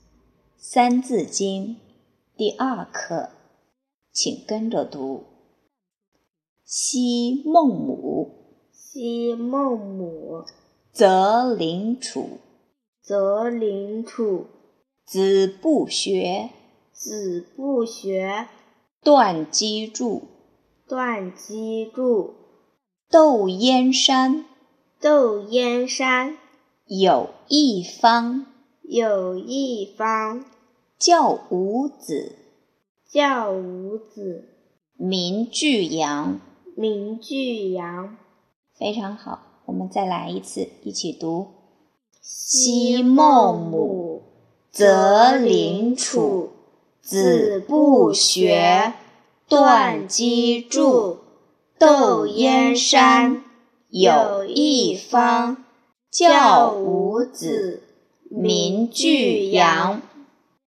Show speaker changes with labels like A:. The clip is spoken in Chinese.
A: 《三字经》第二课，请跟着读。昔孟母，
B: 昔孟母，
A: 择邻处，
B: 择邻处，
A: 子不学，
B: 子不学，
A: 断机杼。
B: 断机杼，
A: 窦燕山，
B: 窦燕山，
A: 有一方，
B: 有一方，
A: 教五子，
B: 教五子，
A: 名俱扬。
B: 名俱扬。
A: 非常好，我们再来一次，一起读。
B: 昔
A: 孟母，择邻处，子不学，断机杼。窦燕山，有一方，教五子，名俱扬。